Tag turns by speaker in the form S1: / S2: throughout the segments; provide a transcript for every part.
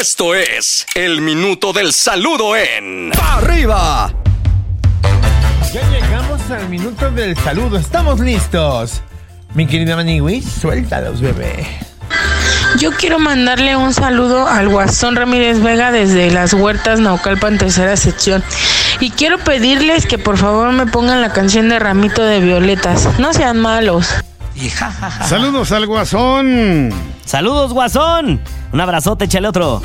S1: Esto es el minuto del saludo en
S2: ¡Pa' arriba!
S3: Ya llegamos al minuto del saludo. Estamos listos. Mi querida Maniwi, suéltalos, bebé.
S4: Yo quiero mandarle un saludo al Guasón Ramírez Vega desde las Huertas Naucalpan, tercera sección. Y quiero pedirles que por favor me pongan la canción de Ramito de Violetas. No sean malos.
S5: Saludos al guasón.
S6: Saludos, guasón. Un abrazote, échale otro.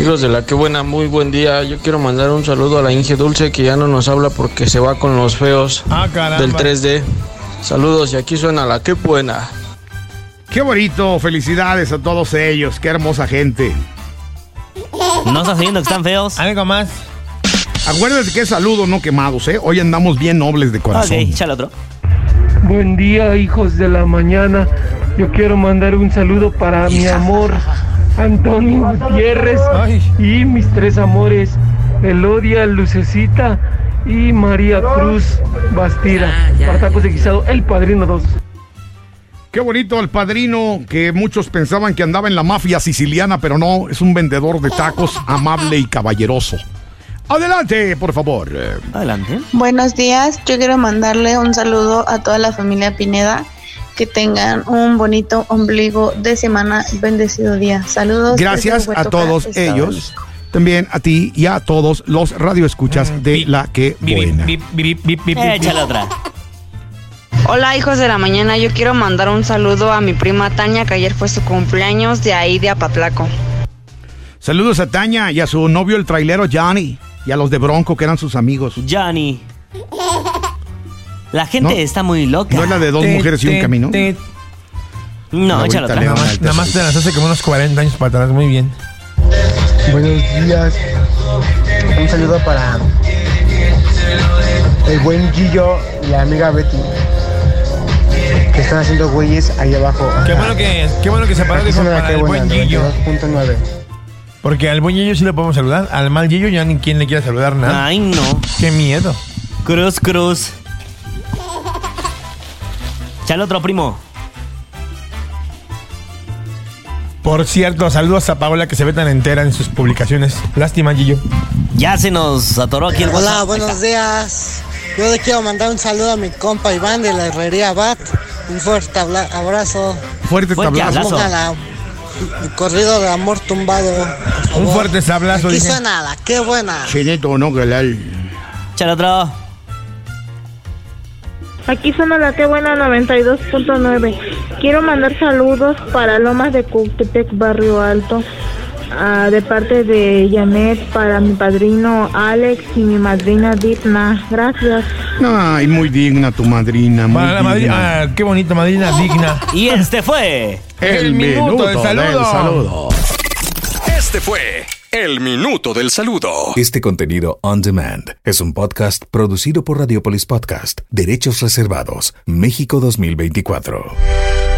S7: Hijos de la que buena, muy buen día. Yo quiero mandar un saludo a la Inge Dulce que ya no nos habla porque se va con los feos
S3: Ah, caramba.
S7: del 3D. Saludos y aquí suena la que buena.
S5: Qué bonito. Felicidades a todos ellos. Qué hermosa gente.
S6: No estás viendo que están
S5: Ah,
S6: feos.
S3: Algo más.
S5: Acuérdate que es saludo, no quemados, ¿eh? Hoy andamos bien nobles de
S6: Ok,
S5: corazón.
S6: échale otro.
S8: Buen día, hijos de la mañana. Yo quiero mandar un saludo para mi amor, Antonio Gutiérrez,
S3: Ay.
S8: y mis tres amores, Elodia Lucecita y María Cruz Bastira. Para tacos pues, de guisado, el padrino 2.
S5: Qué bonito el padrino que muchos pensaban que andaba en la mafia siciliana, pero no, es un vendedor de tacos amable y caballeroso. Adelante, por favor. Eh,
S6: Adelante.
S9: Buenos días, yo quiero mandarle un saludo a toda la familia Pineda. Que tengan un bonito ombligo de semana, bendecido día. Saludos.
S5: Gracias
S9: desde
S5: a
S9: Huetuca,
S5: todos
S9: Estado de
S5: ellos. También a ti y a todos los radioescuchas de la que buena.
S6: Échale otra.
S10: Hola hijos de la mañana, yo quiero mandar un saludo a mi prima Tania que ayer fue su cumpleaños de ahí de Apatlaco.
S5: Saludos a Tania y a su novio el trailero Johnny y a los de Bronco que eran sus amigos.
S6: Johnny. La gente
S5: No.
S6: está muy loca.
S5: ¿No es la de dos mujeres y un camino?
S3: Te-
S6: No,
S5: La abuelita
S6: échale otra.
S5: Leona.
S3: Nada más, nada más te lanzaste como unos 40 años para atrás. Muy bien.
S8: Buenos días. Un saludo para el buen Guillo y la amiga Betty. Que están haciendo güeyes ahí abajo.
S3: Qué bueno que, qué bueno que se paró, dijo, para el buen Gillo. Porque al buen Gillo sí lo podemos saludar. Al mal Gillo ya ni quien le quiera saludar nada.
S6: Ay, no.
S3: Qué miedo.
S6: Cruz, cruz. Échale otro, primo.
S3: Por cierto, saludos a Paola que se ve tan entera en sus publicaciones. Lástima, Gillo.
S6: Ya se nos atoró aquí el
S8: Hola,
S6: WhatsApp.
S8: buenos días. Yo le quiero mandar un saludo a mi compa Iván de la herrería Bat. Un fuerte abla- abrazo.
S5: Fuerte este
S6: Fuerte
S5: tablazo.
S6: abrazo.
S8: Pongan la- el corrido de amor tumbado. por
S3: Un
S8: favor.
S3: fuerte sablazo,
S8: Aquí
S3: dice.
S8: suena la, qué buena.
S5: Chinito, no, galal.
S6: Échale otro.
S10: Aquí suena la que buena 92.9. Quiero mandar saludos para Lomas de Cuctepec, Barrio Alto, ah, de parte de Janet, para mi padrino Alex y mi madrina Dipna. Gracias.
S5: Ay, muy digna tu madrina. Muy
S3: Para la
S5: digna.
S3: madrina. Ah, qué bonito, madrina digna.
S6: Y este fue.
S3: El minuto del saludo.
S1: Este fue el minuto del saludo.
S2: Este contenido on demand es un podcast producido por Radiopolis Podcast, Derechos Reservados, México 2024.